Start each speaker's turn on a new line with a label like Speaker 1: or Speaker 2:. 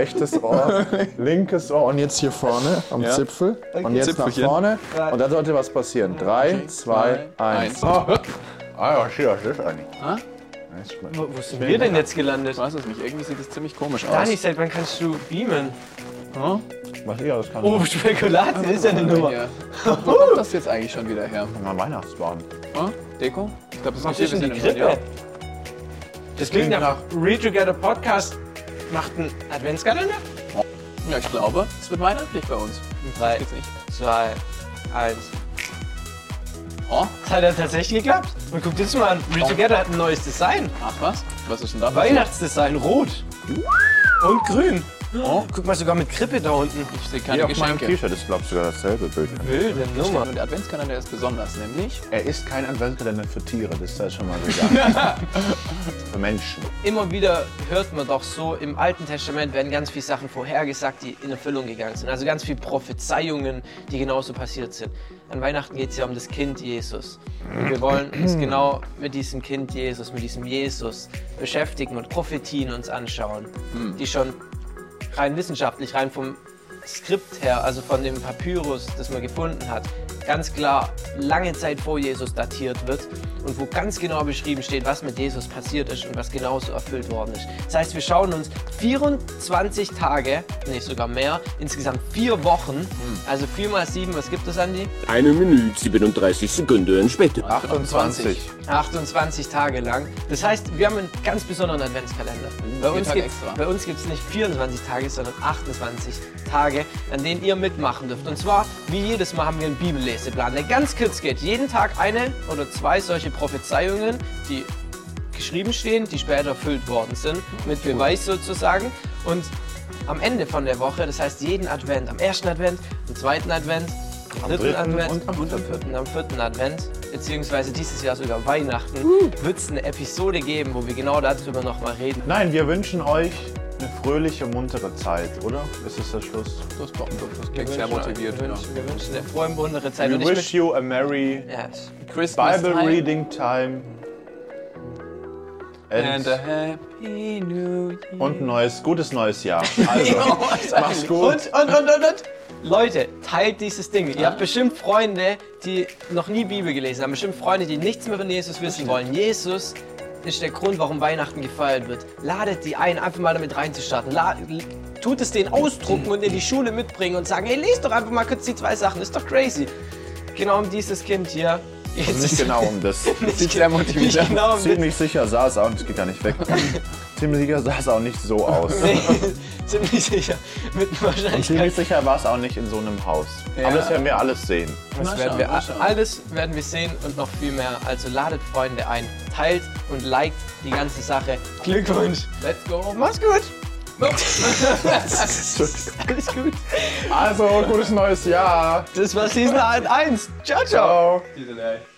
Speaker 1: Rechtes Ohr, linkes Ohr und jetzt hier vorne am
Speaker 2: Ja.
Speaker 1: Zipfel. Und jetzt
Speaker 2: Zipfelchen.
Speaker 1: nach vorne. Und dann sollte was passieren. Drei, zwei, eins.
Speaker 3: Ah ja, shit, das ist eigentlich.
Speaker 2: Ah?
Speaker 3: Das ist
Speaker 4: Wo, wo sind wir denn jetzt gelandet?
Speaker 2: Ich weiß es nicht, irgendwie sieht es ziemlich komisch aus.
Speaker 4: Dani, seit wann kannst du beamen?
Speaker 3: Was
Speaker 1: eh
Speaker 3: ihr das kann,
Speaker 4: Oh, Spekulat, das ist ja eine Nummer.
Speaker 2: Ja. Wo kommt das jetzt eigentlich schon wieder her?
Speaker 3: kann man Weihnachtsbaum.
Speaker 2: Ah, Deko? Ich glaube, das
Speaker 4: Was
Speaker 2: ist
Speaker 4: ist
Speaker 2: nicht hier,
Speaker 4: denn die
Speaker 2: wir sind im
Speaker 4: Grippe? Das klingt nach Read Together Podcast. Macht ein Adventskalender?
Speaker 2: Ja. ja, ich glaube, es wird weihnachtlich bei uns.
Speaker 4: Drei,
Speaker 2: Geht's nicht.
Speaker 4: zwei, eins.
Speaker 2: Oh,
Speaker 4: Das hat ja tatsächlich geklappt. Und guck dir das mal an. Read Together hat ein neues Design.
Speaker 2: ach was? Was ist denn da? passiert?
Speaker 4: Weihnachtsdesign, rot und grün.
Speaker 2: Oh.
Speaker 4: Guck mal, sogar mit Krippe da unten.
Speaker 2: Ich sehe
Speaker 3: Hier
Speaker 2: keine
Speaker 3: auf meinem
Speaker 2: Geschenke.
Speaker 3: T-Shirt ist, glaube ich, sogar dasselbe Bild.
Speaker 4: Wilde Nummer.
Speaker 2: Und der Adventskalender ist besonders, nämlich
Speaker 3: Er ist kein Adventskalender für Tiere, das ist ja schon mal gesagt. für Menschen.
Speaker 4: Immer wieder hört man doch so, im Alten Testament werden ganz viele Sachen vorhergesagt, die in Erfüllung gegangen sind. Also ganz viele Prophezeiungen, die genauso passiert sind. An Weihnachten geht es ja um das Kind Jesus. Und wir wollen uns genau mit diesem Kind Jesus, mit diesem Jesus beschäftigen und Prophetien uns anschauen, die schon rein wissenschaftlich, rein vom Skript her, also von dem Papyrus, das man gefunden hat, ganz klar lange Zeit vor Jesus datiert wird und wo ganz genau beschrieben steht, was mit Jesus passiert ist und was genauso erfüllt worden ist. Das heißt, wir schauen uns 24 Tage, nee, sogar mehr, insgesamt vier Wochen, also vier mal sieben, was gibt es, Andi?
Speaker 5: Eine Minute 37 Sekunden später.
Speaker 3: 28.
Speaker 4: 28 Tage lang. Das heißt, wir haben einen ganz besonderen Adventskalender. Bei uns,
Speaker 2: Tage
Speaker 4: gibt's,
Speaker 2: extra.
Speaker 4: bei uns gibt's nicht 24 Tage, sondern 28 Tage, an denen ihr mitmachen dürft. Und zwar, wie jedes Mal haben wir einen Bibelleseplan, der ganz kurz geht. Jeden Tag eine oder zwei solche Prophezeiungen, die geschrieben stehen, die später erfüllt worden sind, mit Beweis sozusagen. Und am Ende von der Woche, das heißt jeden Advent, am ersten Advent, am zweiten Advent, am dritten,
Speaker 3: dritten
Speaker 4: Advent
Speaker 3: und am
Speaker 4: vierten. am vierten Advent, beziehungsweise dieses Jahr sogar Weihnachten, wird es eine Episode geben, wo wir genau darüber nochmal reden.
Speaker 3: Nein, wir wünschen euch eine fröhliche, muntere Zeit, oder? Ist es der Schluss?
Speaker 2: das Bombenduft. Das klingt sehr motiviert. genau.
Speaker 4: Wir
Speaker 2: Ja.
Speaker 4: wünschen, wir wünschen eine frohe, muntere Zeit.
Speaker 3: We
Speaker 4: Und ich
Speaker 3: wish you a merry
Speaker 4: wün- ja,
Speaker 2: Christmas
Speaker 3: Bible
Speaker 2: time
Speaker 3: reading time.
Speaker 2: and a
Speaker 4: uh,
Speaker 3: And,
Speaker 2: happy new year.
Speaker 3: und ein neues, gutes neues Jahr. Also, mach's gut.
Speaker 4: Und, und, und, und, und. Leute, teilt dieses Ding. Ihr habt bestimmt Freunde, die noch nie Bibel gelesen haben. Bestimmt Freunde, die nichts mehr von Jesus wissen wollen. Jesus ist der Grund, warum Weihnachten gefeiert wird. Ladet die ein, einfach mal damit reinzustarten. La tut es denen ausdrucken und in die Schule mitbringen und sagen, hey, lest doch einfach mal kurz die zwei Sachen. Ist doch crazy. Genau um dieses Kind hier. Jetzt
Speaker 3: Nicht genau um das.
Speaker 2: Sieht sehr motiviert
Speaker 4: Nicht
Speaker 2: aus.
Speaker 4: genau um das.
Speaker 3: Ziemlich sicher sah es auch, das geht ja nicht weg. Ziemlich sicher sah es auch nicht so aus.
Speaker 4: Nee, ziemlich sicher. Mit Wahrscheinlichkeit.
Speaker 3: Ziemlich sicher war es auch nicht in so einem Haus.
Speaker 2: Ja.
Speaker 3: Aber das werden wir alles sehen.
Speaker 2: Das
Speaker 4: werden wir, alles werden wir sehen und noch viel mehr. Also ladet Freunde ein, teilt und liked die ganze Sache. Glückwunsch.
Speaker 2: Let's go.
Speaker 4: Mach's gut. Alles gut.
Speaker 3: Also, gutes neues Jahr.
Speaker 4: Das war Season 1. Ciao, ciao.
Speaker 3: Ciao.
Speaker 2: Diese Leid.